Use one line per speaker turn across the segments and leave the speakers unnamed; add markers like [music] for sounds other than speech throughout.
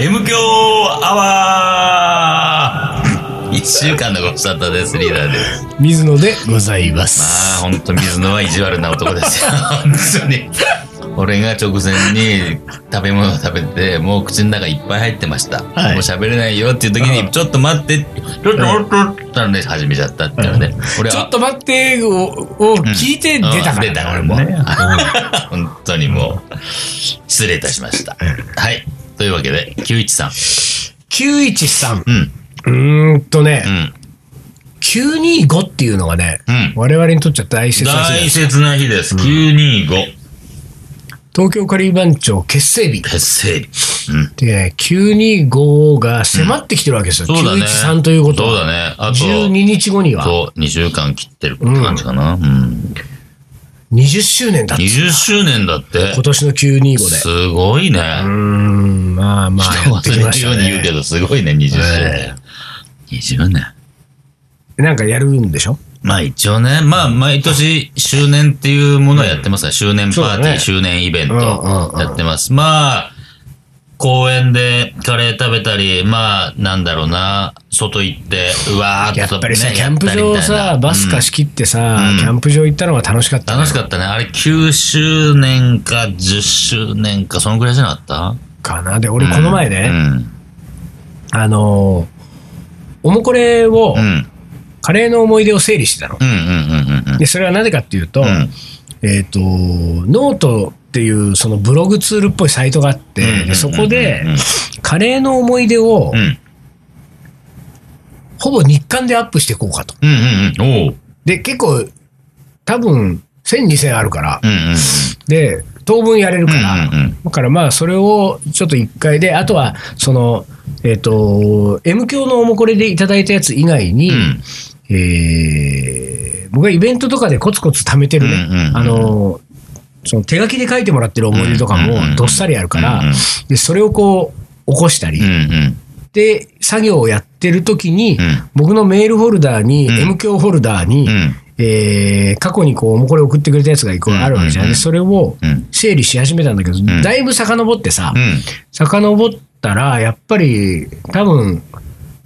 M 強アワー一週間のご無沙汰です、リーダーです。
水野でございま
まあ、
す。
ほんと水野は意地悪な男ですよ。本当に。俺が直前に食べ物を食べて、もう口の中いっぱい入ってました。
はい
もう喋れないよっていう時
う
に、
ん
ちょっと待って、ちょっと待ってったんで始めちゃったっていうので、俺
ちょ
は
っ。と待ってをを聞いて出たから、
うん出た俺も。 [laughs] 本当にもう、失礼いたしました。はい。というわけで、913。
913。
うん。
うーんとね
う、ん。
925っていうのがね、
うん
我々にとっちゃ大切な日なんで
大
す
切な日です。925。
東京カリー番長結成日。
結成日。うん。
でね、925が迫ってきてるわけですよ。
そうだね。
913ということは
そうだね。あと、
12日後には
そう、2週間切ってるって感じかな。うん。
20周年だって。
20周年だって。
今年の925で。う
すごいね。
ーん、まあまあ、やってきまし
よ
た
うに言うけ
ね。
ど、すごいね、20周
え
年。20年。
なんかやるんでしょ
まあ一応ね、まあ毎年周年っていうものはやってますね。周年パー
そう
テ
だ
ィー、
ね
周年イベント
うんうんうん
やってます。まあ、公園でカレー食べたり、まあなんだろうな、外行って、うわーっと
やっぱりさ、
ね
キャンプ
やったりみ
場
たいな
さ、バス
うん
貸し切ってさ、
うん
キャンプ場行ったのが楽しかったね、
楽しかったね。あれ9周年か10周年か、そのぐらいじゃなかっ
かな。で、俺
た
この前
う
ね、
ん。
あのー、おもこれを
う、ん。
カレーの思い出を整理してたの
う。んうんうんうんうん。
で、それはなぜかっていうと、
うん
えっ、と、ノートっていうそのブログツールっぽいサイトがあって、
うんうんうんうん
でそこで
うん、
カレーの思い出を、
うん。
ほぼ日刊でアップしていこうかと。
うんうんうん。おう。
で、結構、多分、1000、2000あるから、
うんうんうん。
で、当分やれるから、
うんうんうん
だからまあ、それをちょっと1回で、あとは、その、えっ、と、M 教のおもこれでいただいたやつ以外に、
うん
えー僕はイベントとかでコツコツ貯めてるね、
うんうんうん
あのその手書きで書いてもらってる思い出とか
うんうんうん
もどっさりあるから、
うんうん
でそれをこう起こしたり、
うんうん。
で作業をやってる時に、
うん
僕のメールフォルダーに、
うん
M 響フォルダーに、
うん
えー過去にこうこれ送ってくれたやつが一個あるわけじゃない、
うんうんうん
でそれを
うん
整理し始めたんだけど、
ん
だいぶ遡ってさ、
うん。
遡ったら、やっぱり、多分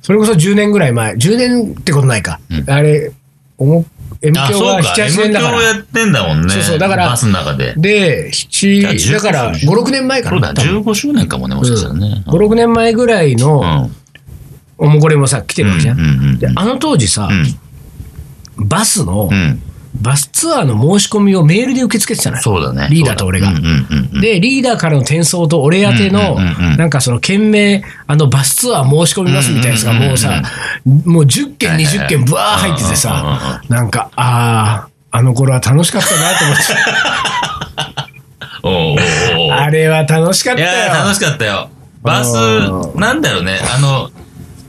それこそ10年ぐらい前、10年ってことないか。
うん
あれ、おも M
あ、
響
そ
は
う
7、
か。
8
M
年だか
響や
ら。
ってんだもんね。
そうそうだから
バスの中で。
で、
や
7、
15
だから5、
15
6年前か
そうだ
な。
ね、
多分
15周年かもね、もしかしたらね。
5、6年前ぐらい
うん。
の、おもこれもさ、来てるわけじゃ
うん
ん。
うんうんうん。
であの当時さ
う、ん
バスの
う、ん。
バスツアーの申し込みをメールで受け付けてたのよ。
そうだね。
リーダーと俺が
うんうんうんうん。
で、リーダーからの転送と俺宛ての、
うんうんうんうん
なんかその、件名、あの、バスツアー申し込みますみたいなやつが、もうさ、もう10件、
はいはいはい
20件、ぶわー入ってて
うんうんうん
さ、なんか、あー、あの頃は楽しかったなと思って、
おうおう [laughs] おうおう
あれは楽しかっ
い
たよ。
やー楽しかったよ。バス
う、
なんだろうね。あの、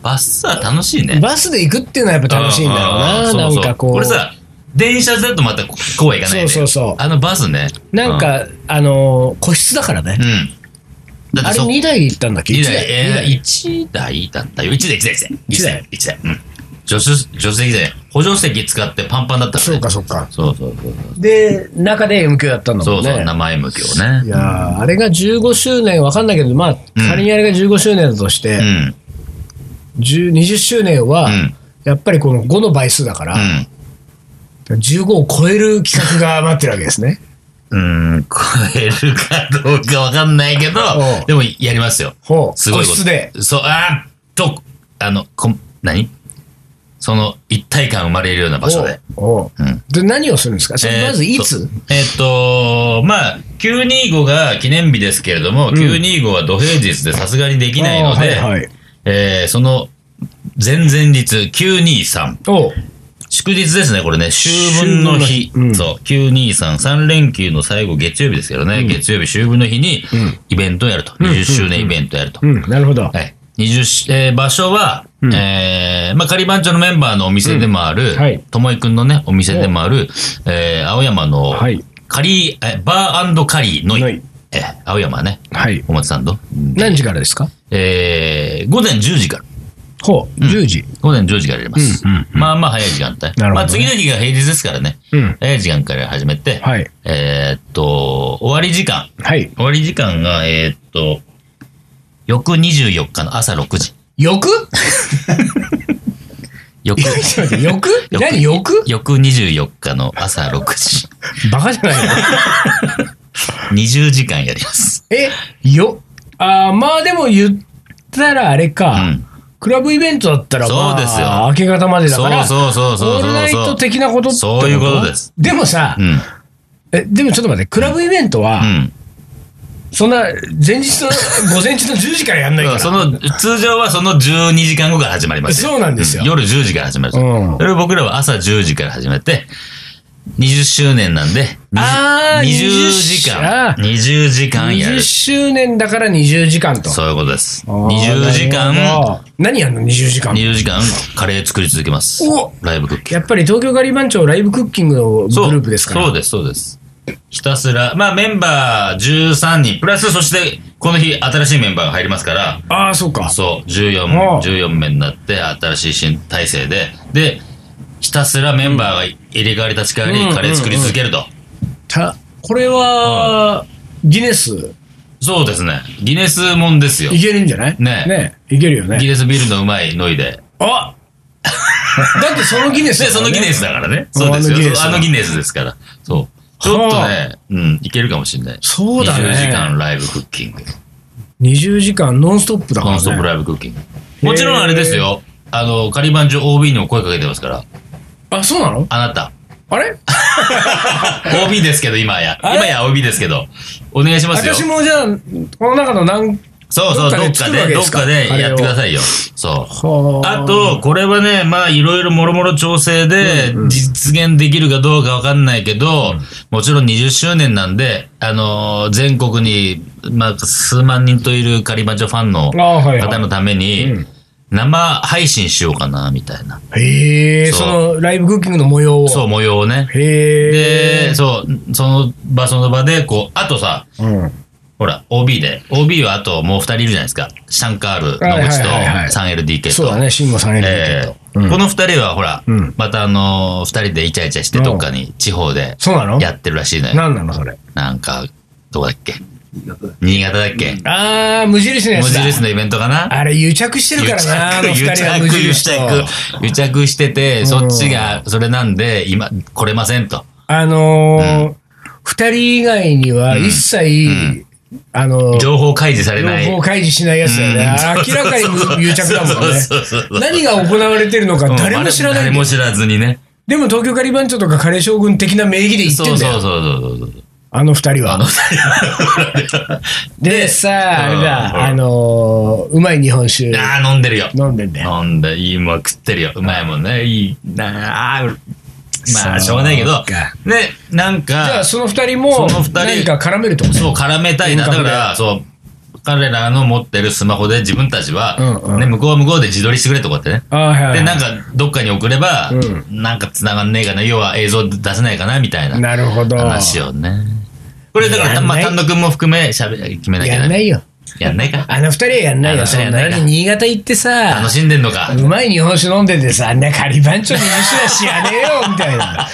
バスは楽しいね。
バスで行くっていうのはやっぱ楽しいんだろうな、
んんん
なんかこう。
俺さ、電車だとまたここうはいかないね。
そうそうそう
あのバスね。
なんか、あのー、個室だからね
う。ん。だ
あ
って
れ
そ
2台で行ったんだっけ
二
一
台、
二
えー、1台だったよ。1台、1台、1台。1台、1台。うん。助手、助手席で、補助席使ってパンパンだったから
そう
ね。
か、そうか。
そうそうそう。
で、中で MQ やったんだ
そ
も
うんそう、
ね。
名前向きをね。
いやーあれが15周年、わかんないけど、まあ、仮にあれが15周年だとして、
うん。
10 20周年は、
うん
やっぱりこの5の倍数だから、15を超える企画が待ってるわけですね。
うん。うん、超えるかどうかわかんないけど
おう、
でもやりますよ。
ほう、
すご
個
いこと
室で。。
そう、あーっと、あの、こん、何その一体感生まれるような場所で。
ほう。ほう
うん
で、何をするんですかそれ
えーっと
まずいつ、
えーっと、まあ、925が記念日ですけれども、925は土平日でさすがにできないので、
あーはいはい
えーその前々日、923。
おう
祝日ですね、これね。秋分の日。
秋分の日うん
そう。923、3連休の最後、月曜日ですけどね。月曜日、秋分の日に
ん、
イベントをやると。20周年イベントをやると。
うん、なるほど。
はい。20し、えー場所は、えーまあ、仮番長のメンバーのお店でもある、
うんはい
ともいくんのね、お店でもある、えー青山の、
はい
カリー、えバーカリーのい、
のい
えー青山ね、
はい。
お松さんと、
何時からですか
えー午前10時から。
ほう、10時。
午前10時からやります。
うんうん
まあまあ早い時間帯。
なるほどね
まあ次の日が平日ですからね。
うん
早い時間から始めて、
はい
えーっと、終わり時間。
はい。
終わり時間が、えーっと、翌24日の朝6時。
[laughs] 欲 [laughs]
翌、
ちょっと待って
[laughs]
欲何欲
翌24日の朝6時。
バカじゃないの
20時間やります。
えよあーまあでも言ったらあれか、
うん
クラブイベントだったら、まあ、
そうですよ
明け方 [laughs] までだ
そ
か
う
ら
そうそうそう
オール
そう
ナイ
そ
ト
う。
的なことってこと
そういうことです
でもさ、
うん。うん。
えでもちょっと待ってクラブイベントは、そんな前日の [laughs] 午前中の10時からやんないから
その、通常はその12時間後から始まりますよ。
そうなんですよ
う夜10時から始まる。
うん
それを僕らは朝10時から始めて、20周年なんで、
あー
20時間
あ。ー
20時間や
20
る。
周年だから20時間と
そういうことです。
あー
20時
なる
間、
ほど何やんの20時間
20時間、カレー作り続けます
お。
ライブクッキー。
やっぱり東京ガリバン長ライブクッキングのグ
そう
ループですから
そうです、そうです。ひたすら、まあメンバー13人、プラスそして、この日新しいメンバーが入りますから、
ああそうか
そう、14
お
名、14名になって、新しい新体制で、で、ひたすらメンバーが入れ替わり立ち替わ
うん
り、カレー作り続けると。
たこれはギネス
そうですね。ギネスもんですよ。
いけるんじゃない
ねえ
ねえいけるよ
ギ
ね
ネスビールのうまいのいで。 [laughs]
あだってそのギネス
で、
だか
そ
ら
の
ね
ギネスだからね。そうですよ
あのギネ。ス
そうあのギネスですから。そう。ちょっとね、うん、いけるかもしれない。
そうだね
20時間ライブクッキング。
20時間ノンストップだか
ノンストッ
ら
プ
ね
ライブクッキング。もちろんあれですよ。あの、仮番長 OB にも声かけてますから。
あそうなの
あ
[laughs]
なた。
あれ
OB ですけど、今や。
あ
今
れ
や OB ですけど。お願いしますよ。
私もじゃあこの中の何
そうそう、ど
ど
っ
っ
か
かで
で、どっ
作
か
るわけですか
でやってくださいよ。そう。
は
あと、これはね、まあ、いろいろもろもろ調整で
うんうん
実現できるかどうかわかんないけど、もちろん20周年なんで、あのー全国に、まあ、数万人といるカリバンジョファンの
ああはい
方
は
のため
い、
に、
うん
生配信しようかな、みたいな。
へえ
そう
そのライブクッキングの模様を
そう、模様をね。
へえ
で、そう、その場その場で、こう、あとさ、
うん
ほら、OB で、OB はあともう二人いるじゃないですか。シャンカール、野口と
はいはいはいはい
3LDK と。
そうだね慎吾さんへの意見
え
と
え
うん
この二人はほら、
うん
またあのー、二人でイチャイチャしてどっかに地方で
そうなの
やってるらしいのよ。
何なのそれ
なんか、どこだっけ新潟だっけ
ああ無印のや
文
つ
字
だ
列のイベントかな
あれ癒着してるからなあの
癒着、
二人は無
癒
印と
着、癒着してて、そっちが、それなんで、今、来れませんと。
あのー二人以外には一切、あのー
情報開示されない。
情報開示しないやつだよね。
うん
明らかに癒着だもん
[laughs] そうそうそうそう
ね。何が行われてるのか
うん
誰も知らない
誰
んだ
も
よ。
知らずにね。
でも東京カリバン長とかカレー将軍的な名義で言って
そ
ん
う
だ
そ
よ
う。そうそうそう。
あの二人 [laughs] は。でさあ、あれ
うん
だ、あのー、うまい日本酒
あ [laughs] あ、飲んでるよ。
飲んでんだよ。
飲んだ、いいもん食ってるよ。うまいもんね。いいなあ。まあ、し
そ
ょ
うか
うがないけど。ね、なん
じゃ
か
あ、その二人も
その二人
何か絡めるってことね
そう、絡めたいな。
遠隔
だか
で
ら、そう、彼らの持ってるスマホで自分たち
うんう
は、
ん
ね、向こうは向こうで自撮りしてくれとかってね。
ああはいはい
で、なんか、どっかに送れば
うん、
なんか繋がんねえかな。要は映像出せないかな、みたいな
なるほど。
話をね。これ、だから、
やん
ま
な
あ、
い
単独も含め、しゃべ、決めなきゃ
やんないよ。
やんないか。
あの二人はやんない
あ
よ。
の二
そ
人はや
ん
んない
な
か
に新潟行ってさ
楽、しんでんのか。
うまい日本酒飲んでてさ、あんなカリバンチョの日本酒は知らねえよ、みたいな。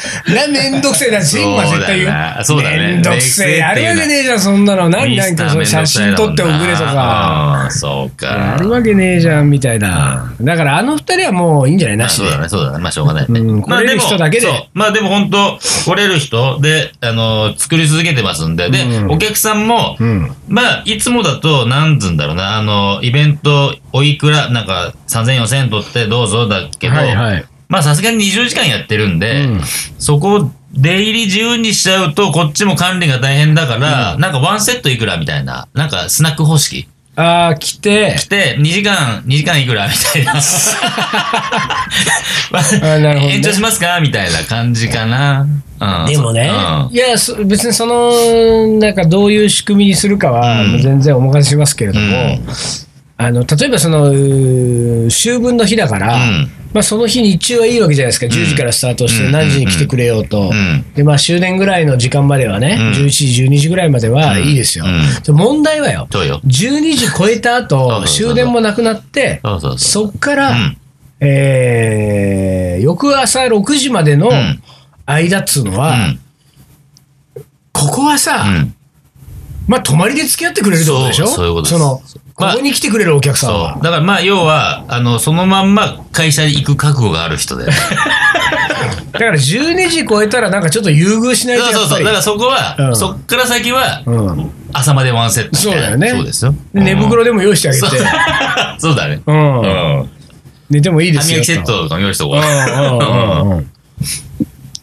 な、
[laughs]
めんどくせえだ、シンは絶対言う。
そうだよなそうだね
めんどくせえ。あるわけねえじゃん、そんなの。なんなんかその写真撮って送れとか。
うんそうか。
あるわけねえじゃん、みたいな。だからあの二人はもういいんじゃないなし
そう
で
だ。ね、そうだね。まあ、しょうがないね。
うん
まあ
来れる人だけで
もそうまあ、でも本当、来れる人で、あのー作り続けてますんで、で、
うん
お客さんも、
うん。
まあ、いつもだと、なんつうんだろうな、あのイベント、おいくら、なんか、3000、4000取ってどうぞだけど、
はいはい。
まあ、さすがに20時間やってるんで、
うん
そこを出入り自由にしちゃうと、こっちも管理が大変だから、なんかワンセットいくらみたいな、なんかスナック方式。
あー、来て
来、て、2時間、2時間いくらみたい
[laughs]
な。
あなるほどね
延長しますかみたいな感じかな。うん、
でもね
う
い
ん、
や、そ別にその、なんかどういう仕組みにするかは
うん、
全然お任せしますけれども、
うん
あの、例えばその、うー秋分の日だから、
うん
まあその日日中はいいわけじゃないですか、10時からスタートし
う
て
ん
何時に来てくれようと。
うん
で、まあ終電ぐらいの時間まではね、
うん
11時、12時ぐらいまではいいですよ。
うん
で問題はよ、
そうよ。
12時超えた
そう
後、
そうそう
終電もなくなって、
そうそうそう。
そっから、
うん
えー、翌朝6時までの
うん
間っつうのは、
うん
ここはさ、
うん
まあ、泊まりで付き合ってくれるってことでしょ
そうそういうことです
その、
まあ
ここに来てくれるお客さん
そ
は
う。。だからまあ、要は、あの、そのまんま会社に行く覚悟がある
[laughs]
人だよね。
だから12時超えたらなんかちょっと優遇しないと
そう
や
そう
っぱ
そう。
り
だからそこは、
うん
そっから先は、
うん
朝までワンセットみたい
そ
な
うだよね
そうですよ。
寝
うん
袋でも用意してあげて
そうそうだね。
う
うんん。
寝てもいいで
歯
すよ
磨きセットの用意しとこう。
うんうんうんうん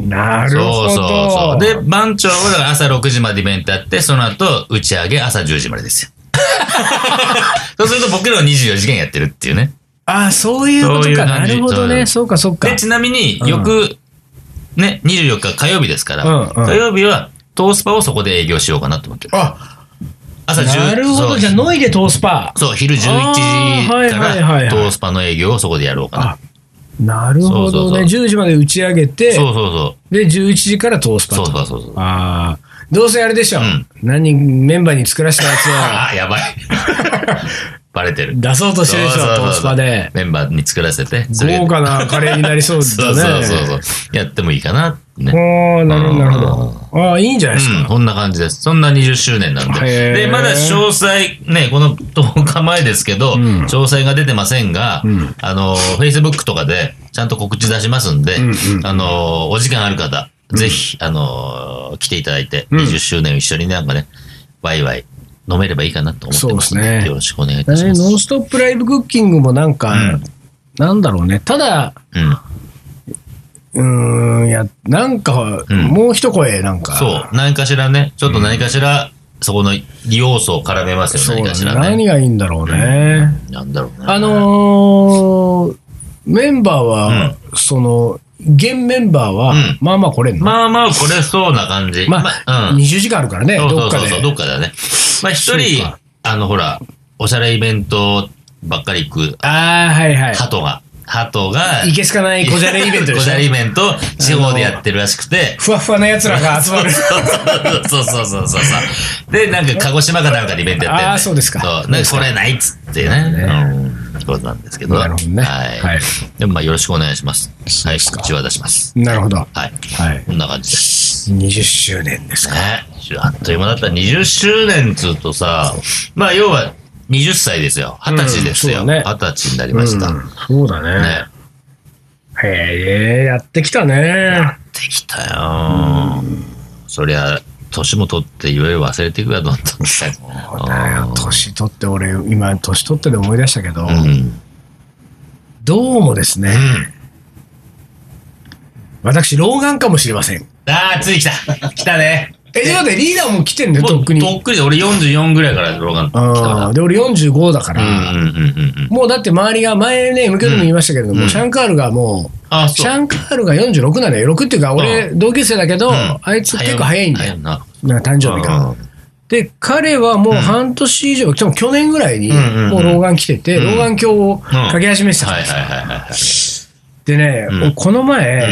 なる
そ
ほ
う
ど
そうそう。で、番長はだから朝6時までイベントあって、その後、打ち上げ朝10時までですよ。
[laughs]
そうすると僕らは24時間やってるっていうね。
ああそういうこと
そういう
かな
感じ
るほどねそうかそうか
で、ちなみに、翌、ね、24日火曜日ですから、
うんうん
火曜日は、トースパをそこで営業しようかなと思ってる。
あ
朝10
なるほ
そ
ど
う
じゃあノイでトースパ
そう、昼11時
あーはい
か
はいはいはい
ら、トースパの営業をそこでやろうかな
あ。なるほどね
そうそう
10時まで打ち上げて
そうそうそ
で11時からトース
う。
パ
そ
と
うそうそうそう。
ああどうせあれでしょ、
うん
何人メンバーに作らせたやつを
[laughs] ああ、や
[laughs]
ばい。バレてる。
出そうとしてるでしょ
そうそうそう
ト
そう
ースパで
メンバーに作らせて。それが
豪華なカレーになりそうです
そ
ね
うそうそうそう。やってもいいかなってね。
ああなるほどなるほどああいいんじゃないですか、
うん、こんな感じです。そんな20周年なん
へー
で。で、まだ詳細、ね、この10日前ですけど、
ん
詳細が出てませんが、
ん
あの、Facebook とかでちゃんと告知出しますんで、
ん
あの、お時間ある方、ぜひ、あの、来ていただいて、20周年一緒になんかね、ワイワイ飲めればいいかなと思ってます
そうで
ね。
すね
よろしくお願いい
え
たし
ー
ま
ノン
す。
ストップライブクッキングもなんか、
うん
なんだろうね。ただ、
うん。
うーん、いや、なんか、
うん
もう一声、なんか。
そう、何かしらね、ちょっと何かしら、そこの要素を絡めますよ、
そう
何
だ
かし
ね。
らね。
何がいいんだろうね。
なんだろうね。
あのーメンバーは、その、現メンバーは、
うん
まあまあ来れんの。ま
まあまあ、これそうな感じ。
あ、
うん。
20時間あるからね、
そう
ど
そ
っ
う
か
そう
で。
そう、どっかだね。まあ、一
そう
人
か、
あの、ほら、おしゃれイベントばっかり行く、
ああ、はいはい。
鳩が、鳩が、
いけすかないこじゃれイベン
[laughs]
トで
こ
し
じゃれイ
ょ。
ベント、地方でやってるらしくて、
ふわふわな奴らが集
[laughs]
まる。
そうそうそうそうそうそう。で、なんか鹿児島かなんかでイベントやってる、
あーそうですか
そう。なんかこれないっつってね。うん。ことなんですけど。
なるほどね
はい。
はい
でもまあよろしくお願いします。
そう
は
で
い。
すか
口は出します。
なるほど。は
はい。
い。
こんな感じです。
20周年ですか。
ね。あっという間だった。20周年っつうとさ、まあ要は20歳ですよ。20歳です
う
よ。
んそうだね
20歳になりました。
うんそうだね。
ね。
へえ、やってきたね。
できたよ。そりゃ、年も取っていろいろ忘れていくわ、どんどん。そう
だよ年取って俺今年取ってで思い出したけど、
うん。
どうもですね、私老眼かもしれません
ああ、つい来た。来たね。
え今までリーダーも来てんね
もう
とっくに
とっくにで俺44ぐらいから老眼来た
あ
か。
ーで俺45だからら、
うんうんうんうん。
もうだって周りが前ね MK でも言いましたけれども、
うん
シャンカールがもう
ああ、
シ
そう。
ャンカールが46なのよ6っていうか俺同級生だけど、
うん
あいつ結構早いんだよ、
な。な
なんか誕生日が。で、彼はもう半年以上、でも去年ぐらいに、
うんうんうん
もう老眼来てて、
うん
老眼鏡をかけ始めてたか
は
ら
いはい
さ
はいはい。
でね、
うん
この前、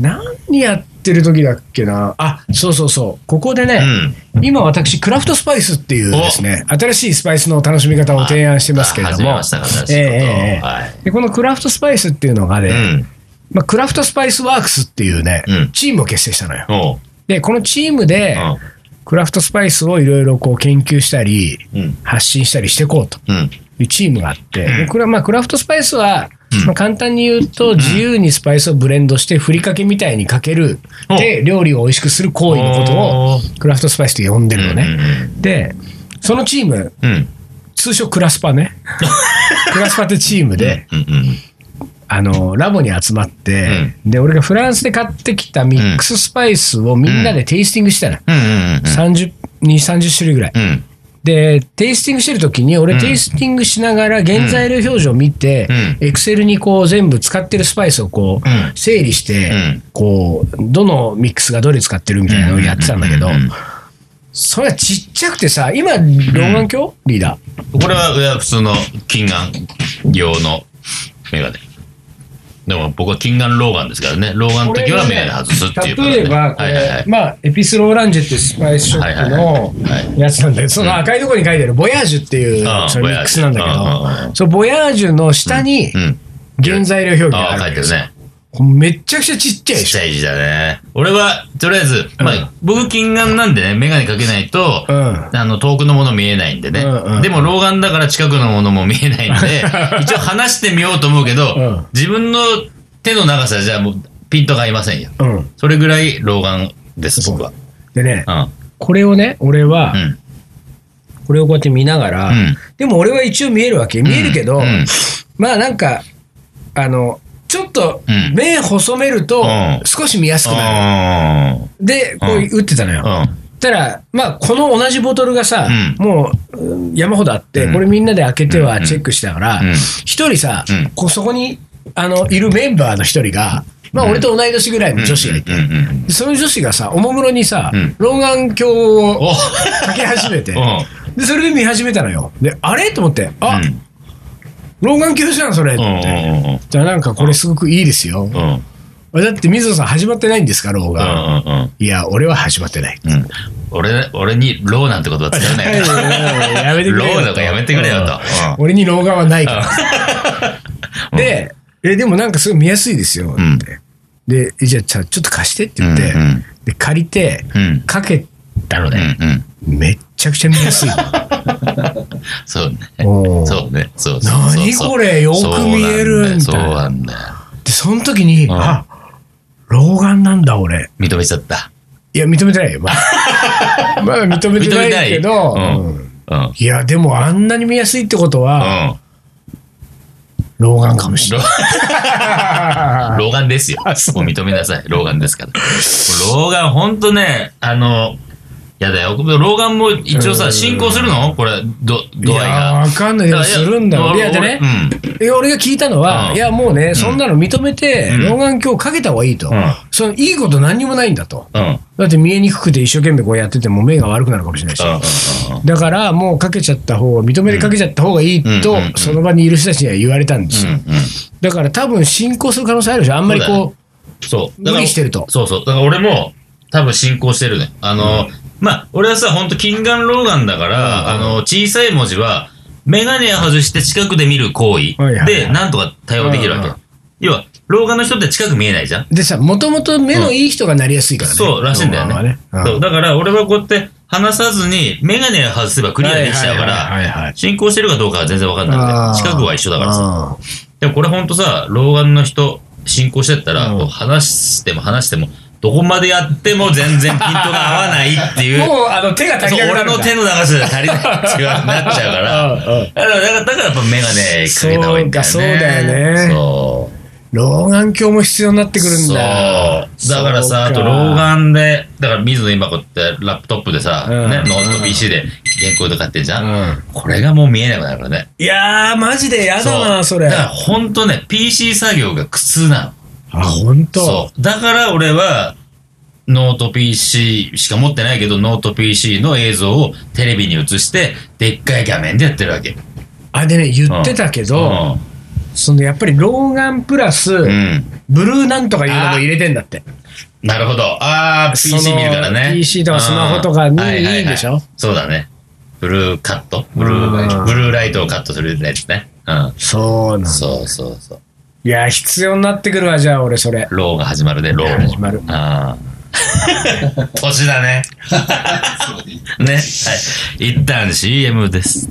何やってる時だっけな、あそうそうそう、ここで
う
ね、
ん。
今私、クラフトスパイスっていうですね、新しいスパイスの楽しみ方を提案してますけれど
始め
も
ま、したから、
ええええええ
はい。
でこのクラフトスパイスっていうのがね、
うん。
まあ、クラフトスパイスワークスっていうね、
うん
チームを結成したのよ。
おう。
で、このチームで、クラフトスパイスをいろいろこう研究したり、
うん。
発信したりしていこうと。
うん。
いうチームがあって、
ん
でこれはまあクラフトスパイスは、
うん
まあ簡単に言うと自由にスパイスをブレンドしてふりかけみたいにかける、
うん
で料理を美味しくする行為のことを
お
クラフトスパイスと呼んでるのね。でそのチーム
うん。うん。
通称クラスパね
[laughs]
クラスパってチームで、
うん。うん。
あのラボに集まって、で俺がフランスで買ってきたミックススパイスをみんなでテイスティングしたの、
うん。うん。
30 2 30種類ぐらい、
うん。
で、テイスティングしてるときに、俺、テイスティングしながら、原材料表示を見て、エクセルにこう、全部使ってるスパイスをこ
う
う、整理して
うん、
こう、どのミックスがどれ使ってるみたいなのをやってたんだけど
うんうんうんうん、
それはちっちゃくてさ、今、老眼鏡リーダー。
これは、いや、普通の近眼用のメガネ。でも僕は近眼老眼ですからね。老眼の時はメガネ外すっていうことで
例えば、こ
はいはいは
れ
い、。
まあ、エピスローランジェっていうスパイスショップのやつなんだけど、その赤いところに書いてある、ボヤージュっていう、
うん
それミックスなんだけ
ボヤージュうんうんう
ど、そのボヤージュの下に、
うん。
原材料表記があ
ああ、
る
書
わけ
いて
で
る
すよ
ね。
めっちゃくちゃちっちゃいで
ちっ
し
ち
ょ。
ゃい字だね。俺は、とりあえず、
うん
まあ、僕、近眼なんでね、眼鏡かけないと、
うん。
あの、遠くのもの見えないんでね。
うんうん
でも、老眼だから近くのものも見えないん
[laughs]
で、一応話してみようと思うけど、
うん
自分の手の長さじゃもう、ピントが合いませんよ。
うん。
それぐらい老眼です、僕は。
でね、
うん。
これをね、俺は
う、ん。
これをこうやって見ながら、
うん
でも俺は一応見えるわけ。見えるけど、
うん
まあなんか、あの、ちょっと
うん
目細めると
うん
少し見やすくなる。
あー
で、こう打ってたのよ。
うん。
たら、まあ、この同じボトルがさ、
う
もううん山ほどあって、
うん
これみんなで開けて
う
は
ん
チェックしてたから
うん、
一、人さ、
うん
こうそこにあのいるメンバーの一人が、まあ、
うん
俺と同い年ぐらいの女子がいて、
うんうんうんうん
でその女子がさ、おもむろにさ、
うん
老眼鏡を
お
かけ始めて、
う
で、それで見始めたのよ。で、あれと思って、あ、
うん
老眼鏡じゃん、それ。と思って
うんうんうん
じゃあなんかこれすごくいいですよ。
うん。うん。
だって水野さん始まってないんですか、老
う
眼。
んうんうん。
いや、俺は始まってない。
うん俺、俺にローなんて言葉使わないよ。
やめてくれよ
ロ
と。
ーなんかやめてくれよと
うん俺に老眼はないから。で、え、でもなんかすごい見やすいですよ。
うん
ってで、えじゃあちょっと貸してって言って
うんうん、
で借りて
うん、
かけたの
う
ね。
んうん。
めっちゃくちゃ見やすい。
[laughs] そうね。
おー
そうね。そうそうそう
何これよく見えるみ
そう
たい
な
な。
んだよ。
で、その時に、
ん
あ、老眼なんだ俺。
そうなんだよ認めちゃった。
いや、認めてないよ。まだ [laughs] まだ認め
認
て
めな
ないいけど、
う
うん
ん。うん。
いや、でもあんなに見やすいってことは、
うん
老眼かも [laughs] しれない。
老眼ですよ。もう認めなさい。老眼ですから。老眼、ほんとね、あの、やだよ。老眼も一応
う
さ、
ん
進行するのこれ、ど、
い
度合い
や、
が。
わかんない。でも
だから
するんだろう。いや、でね、
うん。
いや俺が聞いたのは、
うん
いや、もうね、そんなの認めて、
うん
老眼鏡かけた方がいいと。
うん
そのいいこと何にもないんだと。
うん。うん。うん
だって見えにくくて一生懸命こうやってても目が悪くなるかもしれないし。
うん
だからもうかけちゃった方が、認めてかけちゃった方がいいと
うんうんうん、
その場にいる人たちには言われたんですよ。
うん。うん。
だから多分進行する可能性あるでしょ。あんまり
そうだ
こ
そう。
無理してると
そうそう。だから俺も、多分進行してるね。あの、まあ、俺はさ、ほんと近眼老眼だから、
うんうん
あの、小さい文字は、メガネを外して近くで見る行為
はいはいはい
で、なんとか対応できるわけ。
うんうん
要は、老眼の人って近く見えないじゃん。
う、でさ、もともと目のいい人がなりやすいからね。
そう、らしいんだよ
老眼は
ね。
うん
そうだから、俺はこうやって、話さずに、メガネを外せばクリアできちゃうか
はいはいはいは
ら
い、
進行してるかどうかは全然わかんない
あ
ん
ー
で、近くは一緒だからさ。
うん
でもこれほんとさ、老眼の人、進行してったら、
うん
こう話しても話しても、どこまでやっても全然ピントが合わないっていう。
もうあの手が足り
そう
なくな
俺
るんだ
の手の長さじゃ足りないっていう話になっちゃうから。
うんうん
だから、だからだからやっぱメガネかけた方がいい
そう
んだよね。
かそうだよね
そ
老眼鏡も必要になってく
う。
るん
そう。
だ。
だからさ、あ
そう
と老眼で、だから水野今こうやってラップトップでさ、
うん
ね、ノート PC で原稿とかってんじゃん。
うん
これがもう見えなくなるからね。
いやー、マジでやだな、それ。
だからほんとね、PC 作業が苦痛なの。
あ、ほんと。
そう。だから俺は、ノート PC しか持ってないけど、ノート PC の映像をテレビに映して、でっかい画面でやってるわけ。
あ、でね、言ってたけど、そのやっぱり老眼プラス、
うん。うん。
ブルーなんとかいうのも入れてんだって。
なるほど。ああ、
そ
PC
の
見るからね。
PC とかスマホとかに
うんはいはいはい
いんでしょ
そうだね。ブルーカットブル
う
ー、
ん
ブルーライトをカットするやつね。うん。
そうなんだ。
そうそうそう。
いや、必要になってくるわ、じゃあ、俺、それ。
ローが始まるね、ローも。
始まる
あ
[laughs]
あ。年だね。ね。はい。一旦 CM です。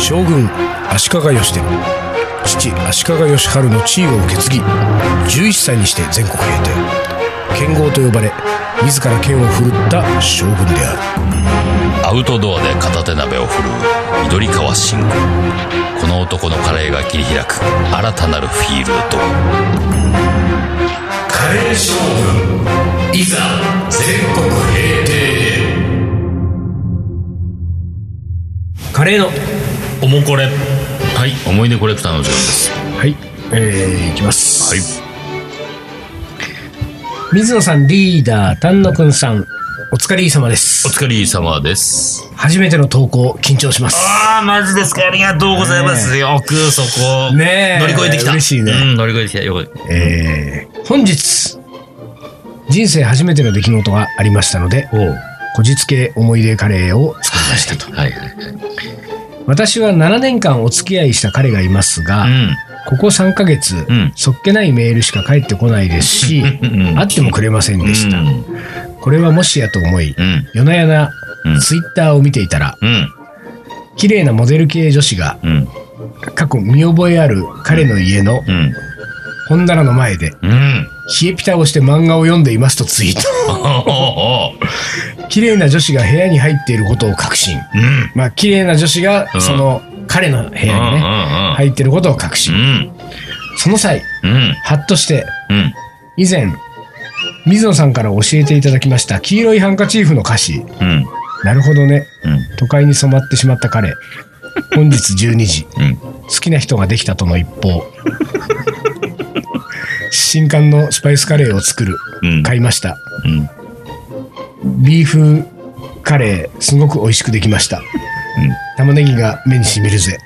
将軍足利義輝父足利義晴の地位を受け継ぎ11歳にして全国平定剣豪と呼ばれ自ら剣を振るった将軍である
アウトドアで片手鍋を振るう緑川慎吾この男のカレーが切り開く新たなるフィールド
カレー将
いざ全国平定へ
カレーの
おもこれはい思い出コレクターの時間です
はいえー、いきます、
はい
水野さんリーダー丹野くんさんお疲れ様で
お
す
疲れ様です
初めての投稿緊張します
ああマジですかありがとうございます、よくそこ
ねえ
乗り越えてきた
嬉しいね
うん、乗り越えてきたよかった
えー、本日人生初めての出来事がありましたので
おう
こじつけ思い出カレーを作りましたと。
はいはいはい。
私は7年間お付き合いした彼がいますが、ここ3ヶ月、
うん
そっけないメールしか返ってこないですし、
うん。うん。
会ってもくれませんでした。
うん。
これはもしやと思い、
うん。
夜な夜な
うん
ツイッターを見ていたら、
うん。
綺麗なモデル系女子が
うん。
過去見覚えある彼の家の
うん。
本棚の前で、
うん。
冷えピタをして漫画を読んでいますとツイート。
おおお
綺麗な女子が部屋に入っていることを確信。
うん。
まあ、綺麗な女子が
う、ん
その、彼の部
うん。
屋にね、
は
入っていることを確
う
信。
ん。
その際、
うん。
ハッとして、
うん。
以前、水野さんから教えていただきました黄色いハンカチーフの歌詞。
うん。
なるほどね。
うん。
都会に染まってしまった彼。本日12時、
うん。
好きな人ができたとの一報。
[laughs]
新刊のスパイスカレーを作る。
うん。
買いました。
うん。
ビーフカレー、すごく美味しくできました。玉ねぎが目にしみるぜ。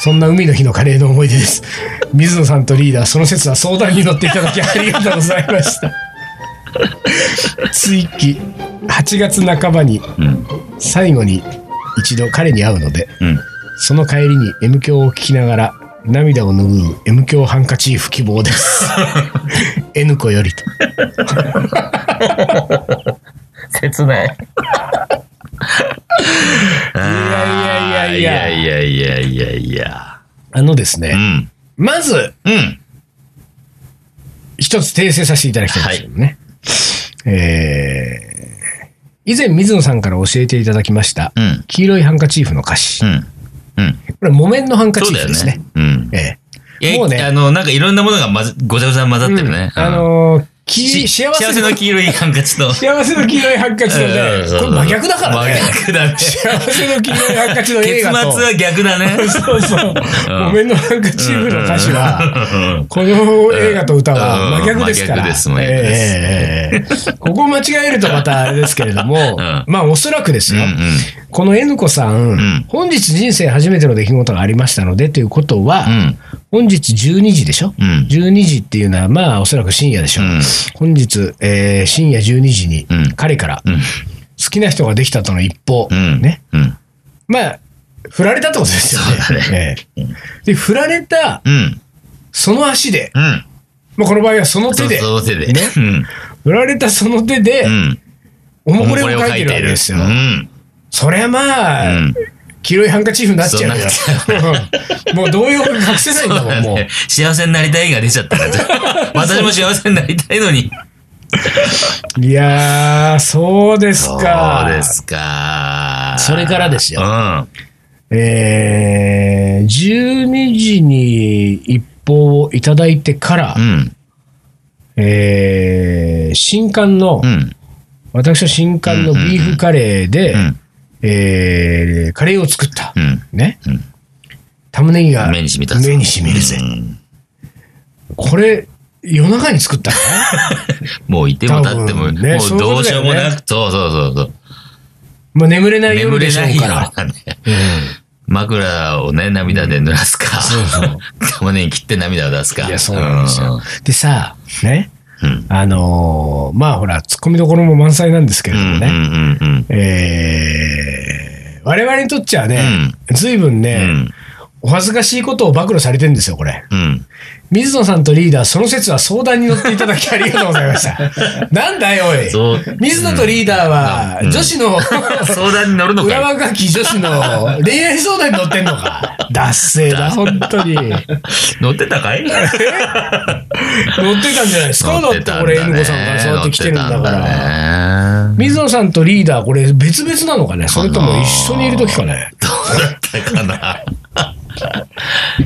そんな海の日のカレーの思い出です。水野さんとリーダー、その説は相談に乗っていただきありがとうございました。追記、8月半ばに
うん。
最後に一度彼に会うので、
うん。
その帰りに M 響を聞きながら涙を拭う M 響ハンカチーフ希望 [laughs] です。N 子よりと。
切ない。い
やいやいやい
いやいやいやいや。
あのですね、
うん。
まず、
うん。
一つ訂正させていただきたいんですけどね。えー、以前水野さんから教えていただきました、
うん。
黄色いハンカチーフの歌詞。
うん。うん。
これ、木綿のハンカ
そ
チ
う
ー
だよ
フです
ね
ね。。
うん。
え
え
もうね
あの、なんかいろんなものがまずごちゃごちゃ混ざってるね。
え
うん
あのーき
し
幸せの
の黄色いハンカチと。
幸せの黄色いハンカチとね
うんうん、
これ真逆だからね。
真逆だね。結
幸せの黄色いハンカチの映
末
画と。
は逆だね。
そうそう。木綿のハンカチーフの歌詞は、
は。
この映画と歌は真逆ですから。
うん真逆です真逆です
ええええここ間違えるとまたあれですけれども、
ん
まあおそらくです
うん
よ。この N 子さん,、
ん
本日人生初めての出来事がありましたのでということは、
うん。
本日12時でしょ、
うん
12時っていうのはまあおそらく深夜でしょ、
うん
本日、えー深夜12時に
うん
彼から
うん。
好きな人ができたとの一報、
うん。
ね。
うん。
まあ振られたってことですよね。
そうだ
ええで振られた
うん。
その足で、
うん。
まあ、この場合はその手で
そうそう手で。うん。
振られたその手で、
うん。
おもこれを書いてるわけですよ。
うん。
そりゃまあ、
うん
黄色いハンカチーフになっちゃうよ
そうなっ
[laughs]
ち。
うんもう動揺が隠せないんだ
[laughs] そう
も
だ
ん、もう。
ね。幸せになりたいが出ちゃったから。
[laughs]
私も幸せになりたいのに。
いやー、そうですか。
そうですか。
それからですよ
うん。
えー、12時に一報をいただいてから、
うん。
えー、新刊の、
うん。
私は新刊のビーフカレーで、
うん。
えー、カレーを作った。
うん。
ね。
うん
玉ねぎが
目にしみた
目にしみるぜ。
うん
これ、夜中に作
[laughs]
ったの
もういても立っても、
多分ね
もうどうしようもなく、そうそうそうそう。
まあ眠れない夜
眠
で
れ
しょ
ないうよ
から。
うなね。枕をね、涙で濡らすか。
そうそう。
[laughs] 玉ねぎ切って涙を出すか。
いや、そうなんですよ。でさ、ね、
うん
あのーまあほら、ツッコミどころも満載なんですけ
う
れども
ん。うん。う
ね、
ん。うん。
えー、我々にとっちゃね、随分
う
ね、
ん。
お恥ずかしいことを暴露されてるんですよ、これ。
うん。
水野さんとリーダー、その説は相談に乗っていただきありがとうございま
[laughs]
した。なんだよ、おい。
そう
水野とリーダーは、
うん
女子の、
相談に乗るのか
裏
よ。
若き女子の恋愛相談に乗ってんのか。脱性だ、本当に。乗って
乗ってたか
[laughs] たん
い
じゃないです
[laughs]
かだってこれ、N 子さんからそうやって来てるんだから。
ら。
水野さんとリーダー、これ別々なのかねそれとも一緒にいる時かね
どうだったかな。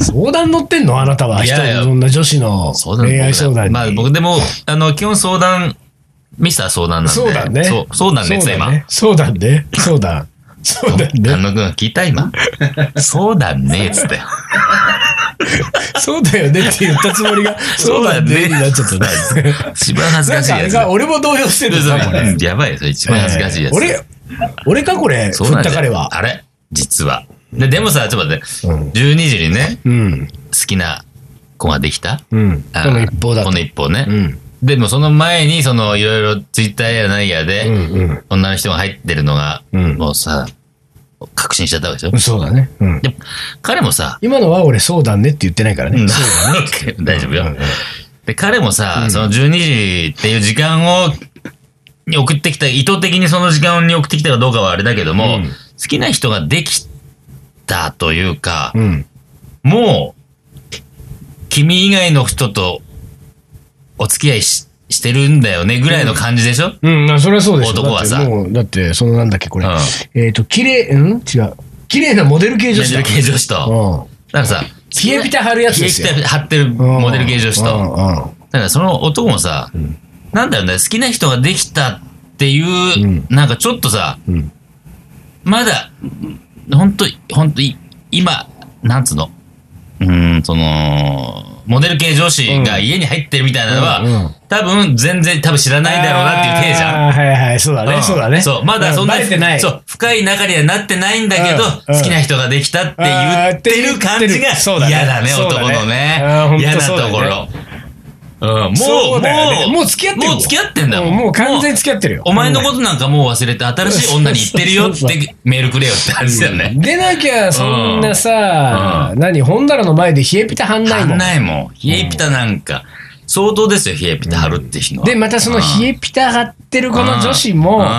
相談乗ってんのあなたは。
い
一
やいや
人そんな女子の
そうだね
恋愛相談に。
まあ僕でも、あの、基本相談、ミスター相談なんで。
そうだね
そう、そうなんで
そう
すね、
だ
今。
ね。そうだね。そうだ。そう
[laughs]
だね。
丹野くん聞いた今。そうだね、つって。
そうだよねって言ったつもりが、そうだねになっちゃったね。
[laughs] 一番恥ず
な
か
ん
しい
かあ
や
れ
つ。
が、俺も動揺してるんだ、これ。
やばいよ、それ一番恥ずかしいやつ。
えー俺、俺かこれ、
そ
振
うな
っ
んだ
た
よ
彼は。
あれ実は。で、でもさ、ちょっと待って、
うん
12時にね、
うん。
好きな子ができた
うん。こ
あー
の一方だ
この一方ね。
うん。
でもその前に、その、いろいろツイッターや何やで、
うん
女の人が入ってるのが、
うん
もうさ、確信しちゃったわけでしょ
うん。そうだね。うん。
でも、彼もさ、
今のは俺そうだねって言ってないからね。
うん [laughs] 大丈夫よ。
うんうん
で、彼もさ、その12時っていう時間を、に送ってきた、意図的にその時間に送ってきたかどうかはあれだけども、
うん
好きな人ができたというか、
うん。
もう、君以外の人とお付き合いししてるんだよね、ぐらいの感じでしょ、
うん、あそれはそうでしょ。
男はさ
だってもう、だって、そのなんだっけ、これ。
うん
えっ、と、綺麗、うん違う。綺麗なモデル系女
女
子
子
だ。
の形女子と。
うん。
だからさ、
冷えピタ貼るやつ
冷
で
え
す
ピ
よ。
タ貼ってる
うん
モデル系女子と。
うんうん
だからその男もさ、なんだろうね、好きな人ができたっていう、
うん
なんかちょっとさ、
うん
まだ、本当本当今、なんつうの、うーん、その、モデル系女子が家に入ってるみたいなのは、
うんうん
多分全然多分知らないだろうなっていう体じゃん。
あーはいはい、そうだね、
ん
そうだね。
そう、まだそんな、
慣れてない。
そう、深い中にはなってないんだけど、
うんうん
好きな人ができたって言ってる感じ
あーって言って
が
るそうだね
嫌だね、
そうだね
男のね
あーほん。と
嫌な
そうだ
と
ね
ころ。うん、も、
そううだよね、もう、
もう、
付き合ってる
もう付き合ってんだも
も
ん
ん。もう完全に付き合ってるよ。
お前のことなんかもう忘れて、新しい女に言ってるよ
そうそうそう
ってメールくれよって話だよね。
出なきゃ、そんなさ、
う
何、本棚の前で冷えピタ貼んない
足
も
ん
ん。
ないもん。冷えピタなんか、相当ですよ、冷えピタ貼るって日のは。
で、またその冷えピタ貼ってるこの女子
うん、
も、
う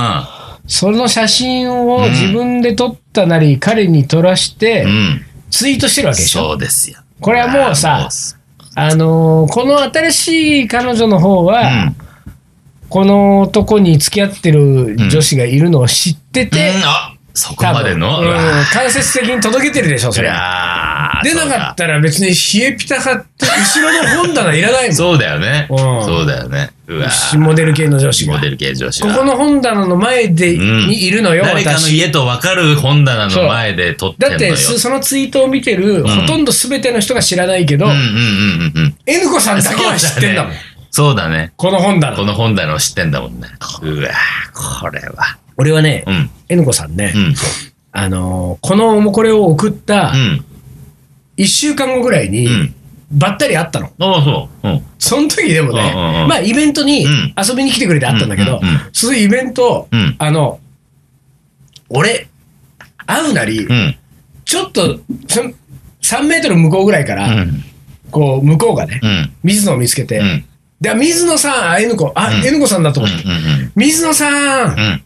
その写真を自分で撮ったなり、彼に撮らして、
ん。
ツイートしてるわけでしょ。
そうですよ。
これはもう
いや
さ、
ー、
あのーこの新しい彼女の方は、
もう
この男に付き合ってる女子がいるのを知って
うん。
て、
うんあ、そこ
多分
までの。
う
うんわー
間接的に届けてるでしょ、そ
い
れ。
やー
出なかったら別に冷えピタ貼って、後ろの本棚いらないもん。
そうだそうだよね。
うん
そうだよね。うわー
モデル系の女子が
モ。デル系女子
こ
は
この本棚の前で、
うん
にいるのよ、
誰かの
私。
家と分かる本棚の前で撮ってん
だっ
のよ。
て、そそのツイートを見てる、
ん
ほとんど全ての人が知らないけど
うん、うんうんうんうん。
N 子さんだけは知ってんだもん。
そうだね。
この本
こ
棚。
の本棚を知ってんだもんね。うわーこれは。
俺はね
う、ん。
N 子さんね
う、ん。
あのー、この、これを送った
う、ん。
1週間後ぐらいに
う、ん。
ばったり会ったの。
ああ、そう。うん。
その時でもね
うんうんう、ん
まあイベントに
うん
遊びに来てくれて会ったんだけど
うんうんうん、
そのイベント
うん、
あの、俺、会うなり
う、ん。
ちょっと、その3メートル向こうぐらいか
う
ら、
ん。
こう、向こうがね
う、ん。
水野を見つけて
う、ん。
で、水野さん、あ、N 子、あ、
うん
N 子さんだと
うん。う
思って、
ん。
水野さん
う、ん。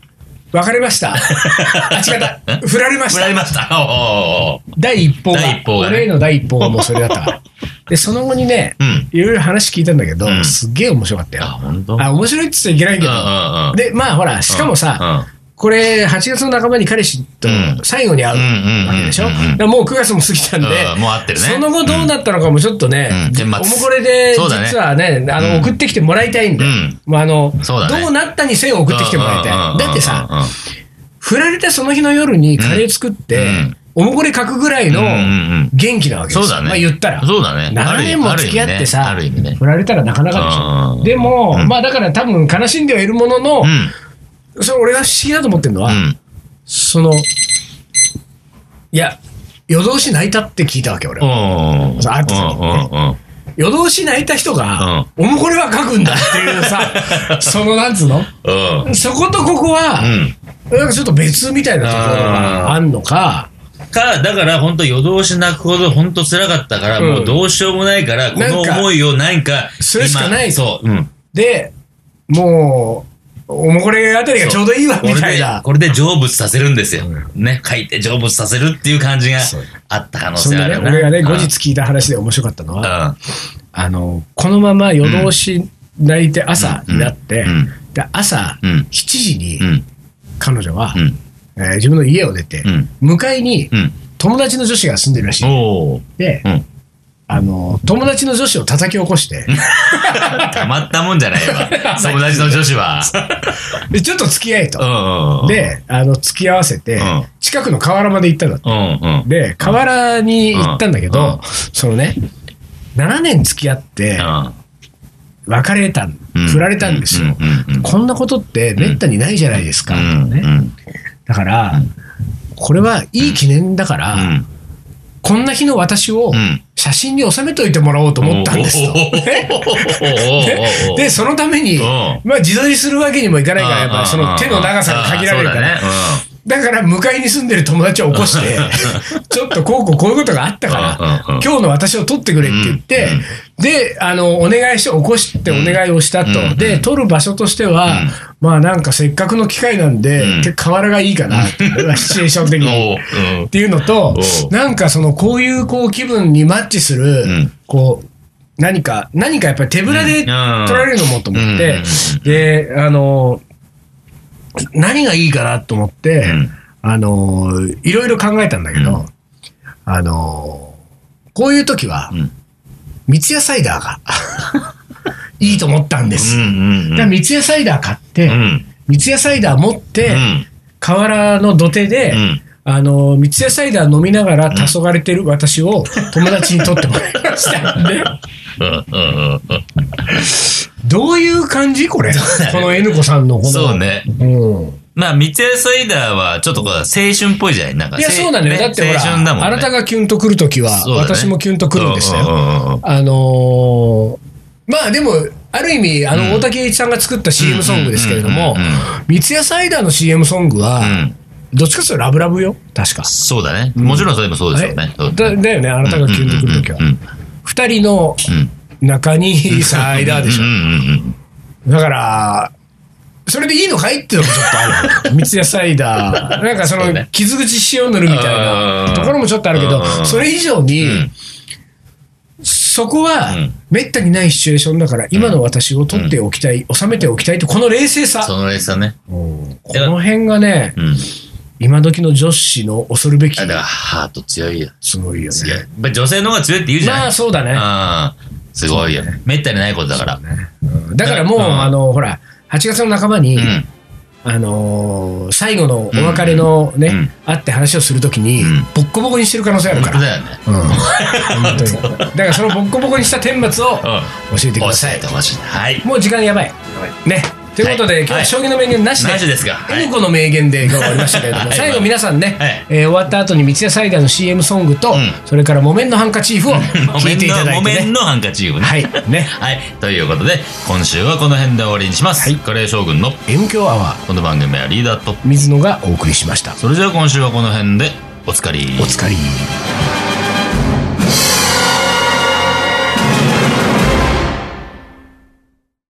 別れま
[laughs]
した。あ、違った。振られまし
振
た
ら。れました。おーおーおー
第一報が。
第一報がね
俺への第一報がもうそれだった
[laughs]
から。で、その後にね、
うん。
いろいろ話聞いたんだけど、
うん
すっげえ面白かったよ。
あ、ほんと
あ、面白いって言っちゃいけないけ
うんう
ど。
んうん。
で、まあほら、しかもさ、これ、8月の半ばに彼氏と
うん
最後に
うん、う
会う。
んうんうん。
わけでしょ、
うんうん
だからもう9月も過ぎたんで、
うんもう会ってるね
その後どうなったのかもちょっとね、
うん天末
おもこれで
そうだね
実はね、あの
うん
送ってきてもらいたいんで、
うん
まああの
そうだね
どうなったにせよ送ってきてもらいたい。だってさ、
う
振られたその日の夜にカレー作って、おもこれ書くぐらいの
んうんうんうんうん
元気なわけですよ。
そうだね
まあ言ったら。
そうだね
7年も付き合ってさ、
ある意味ねある意味ね
振られたらなかなか
うん
でしょ。でも、
うん
まあだから多分悲しんではいるものの、
うん
それ俺が不思議だと思ってるのは、
うん
その、いや、夜通し泣いたって聞いたわけ、俺は。
うん
そうあとさ
うんうんうん
夜通し泣いた人が、おもこれは書くんだっていう
[laughs]
さ、そのなんつうの
うん
そことここは、
うん
なんかちょっと別みたいなところがあんのか、
かだから本当夜通し泣くほど本当辛かったから、
うん
もうどうしようもないからこの
なんか
思いを何か
するしかない
今そう、うん、
で、もう、おもこれあたりがちょうどいいわ、
こ
み
れで
たいな。
これで成仏させるんですよ、ね書いて成仏させるっていう感じが
そう
あった可能
そん
性あ
な
る
ね、
よな
俺がね、後日聞いた話で面白かったの
うん
は、あの、このまま夜通し泣いて朝になって
うんうん、
で朝
うん
7時に
うん
彼女は
う、ん
えー自分の家を出て
う、ん
向かいに
うん
友達の女子が住んでるらしい。
おお
で、
うん
あの、友達の女子を叩き起こして、
[laughs] たまったもんじ
[laughs]
ゃないわ友達の女子は
でちょっと付き合えと。
うんうん
で、あの、付き合わせて
うん、
近くの河原まで行ったんだって
うんうん
で、河原に行ったんだけ
うんうん
ど、そのね、7年付き合って、別れたん
うん、
振られたんですよ
うんうんうん。
こんなことってめったにないじゃないですか。
うん
ねだから、これはいい記念だから、こんな日の私を
うん
写真に収めといてもらおうと思ったんですと。 [laughs] ねでで、そのために
うん、
まあ自撮りするわけにもいかないから、やっぱりその手の長さが限られるから、だから向かいに住んでる友達を起こして、 [laughs] ちょっとこうこうこういうことがあったから、
うんうんうん
今日の私を撮ってくれって言って、で、あの、お願いして起こしてお願いをしたと。
うんうん
で、撮る場所としては、まあなんかせっかくの機会なんで、
うん
て河原がいいかな、シチュエーション的
[laughs]
に。っていうのと
お、う
なんかそのこういうこう気分にマッチする、
ん
こう、何か、何かやっぱり手ぶらで撮られるのもと思っ
うんうん
て、で、あの、何がいいかなと思って、
うん
あの、いろいろ考えたんだけど、
うん
あの、こういう時は、
うん
三ツ矢サイダーが
[laughs]
いいと思ったんです。だから三ツ矢サイダー買って、三ツ矢サイダー持って、河原の土手で、あの、三ツ矢サイダー飲みながら黄昏れてる私を友達に撮ってもらいましたん
[laughs]
で、どういう感じこれ。この N 子さんのこの。
そう。ね。
うん。
まあ、三ツ矢サイダーは、ちょっとこう青春っぽいじゃないなんか、
いや、そうなのよ。だってほ
青春だもん
ら、
ね。
あなたがキュンと来るときは、
そうだね
私もキュンと来るんでしたよ。
よ。
あのーまあでも、ある意味、あの、大竹栄一さんが作った CM ソングですけれども
うんうんうんうん、
三ツ矢サイダーの CM ソングは
う、ん。
どっちかというとラブラブよ。確か。
そうだね。もちろんそれもそうでしょうね。そう
だだよね、あなたがキュンと来るときは
う。ん
二人の
うん
中にサイダーでしょ
う。んうん
だから、それでいいのかいっていうのもちょっとある。三ツ矢サイダー。なんかそ
[laughs] そう
の
ね、
傷口塩塗るみたい
うん
なところもちょっとあるけど
う、ん
それ以上に、
うん
そこは
うん、
めったにないシチュエーションだから、今の私を取っておきたい、収めておきたいと、この冷静さ。
そのレースだね。
うんこの辺がね、
うん。
今時の女子の恐るべき
あ、だ、から、ハート強いよ。
すごいよ
強い。や
ね。
っぱ女性の方が強いって言うじゃん。
まあそうだね。
ああ、すごいよ。めったにないことだから。
うんだからもう、
うん
あの、ほら、8月の半ばに、
うん。
あのー最後のお別れのね、
うん
会って話をするときに、
うん
ボッコボコにしてる可能性ある
本
か
当
ら。
だよね。
うん本当にだからそのボッコボコにした顛末を教えてく
うん。
ださ
抑
い。
えてほしい。はい。
もう時間やばい。ね。ということで、
はい
今日は将棋の名言なしで。
なしですがはい
N 子の名言で今日終わりましたけれども、
はい
最後皆さんね、
はい
えー終わった後に三ツ矢サイダーの CM ソングと、
ん
それから木綿のハンカチーフを聞
木
い
綿
ていた
の、
だい
木
て
綿
ね。
のハンカチーフね。
はい。ね。
はい。ということで、今週はこの辺で終わりにします。はい。カレー将軍の
M 強アワー、
この番組はリーダーと。
水野がお送りしました。
それじゃあ今週はこの辺で、おつかり。
お疲れ。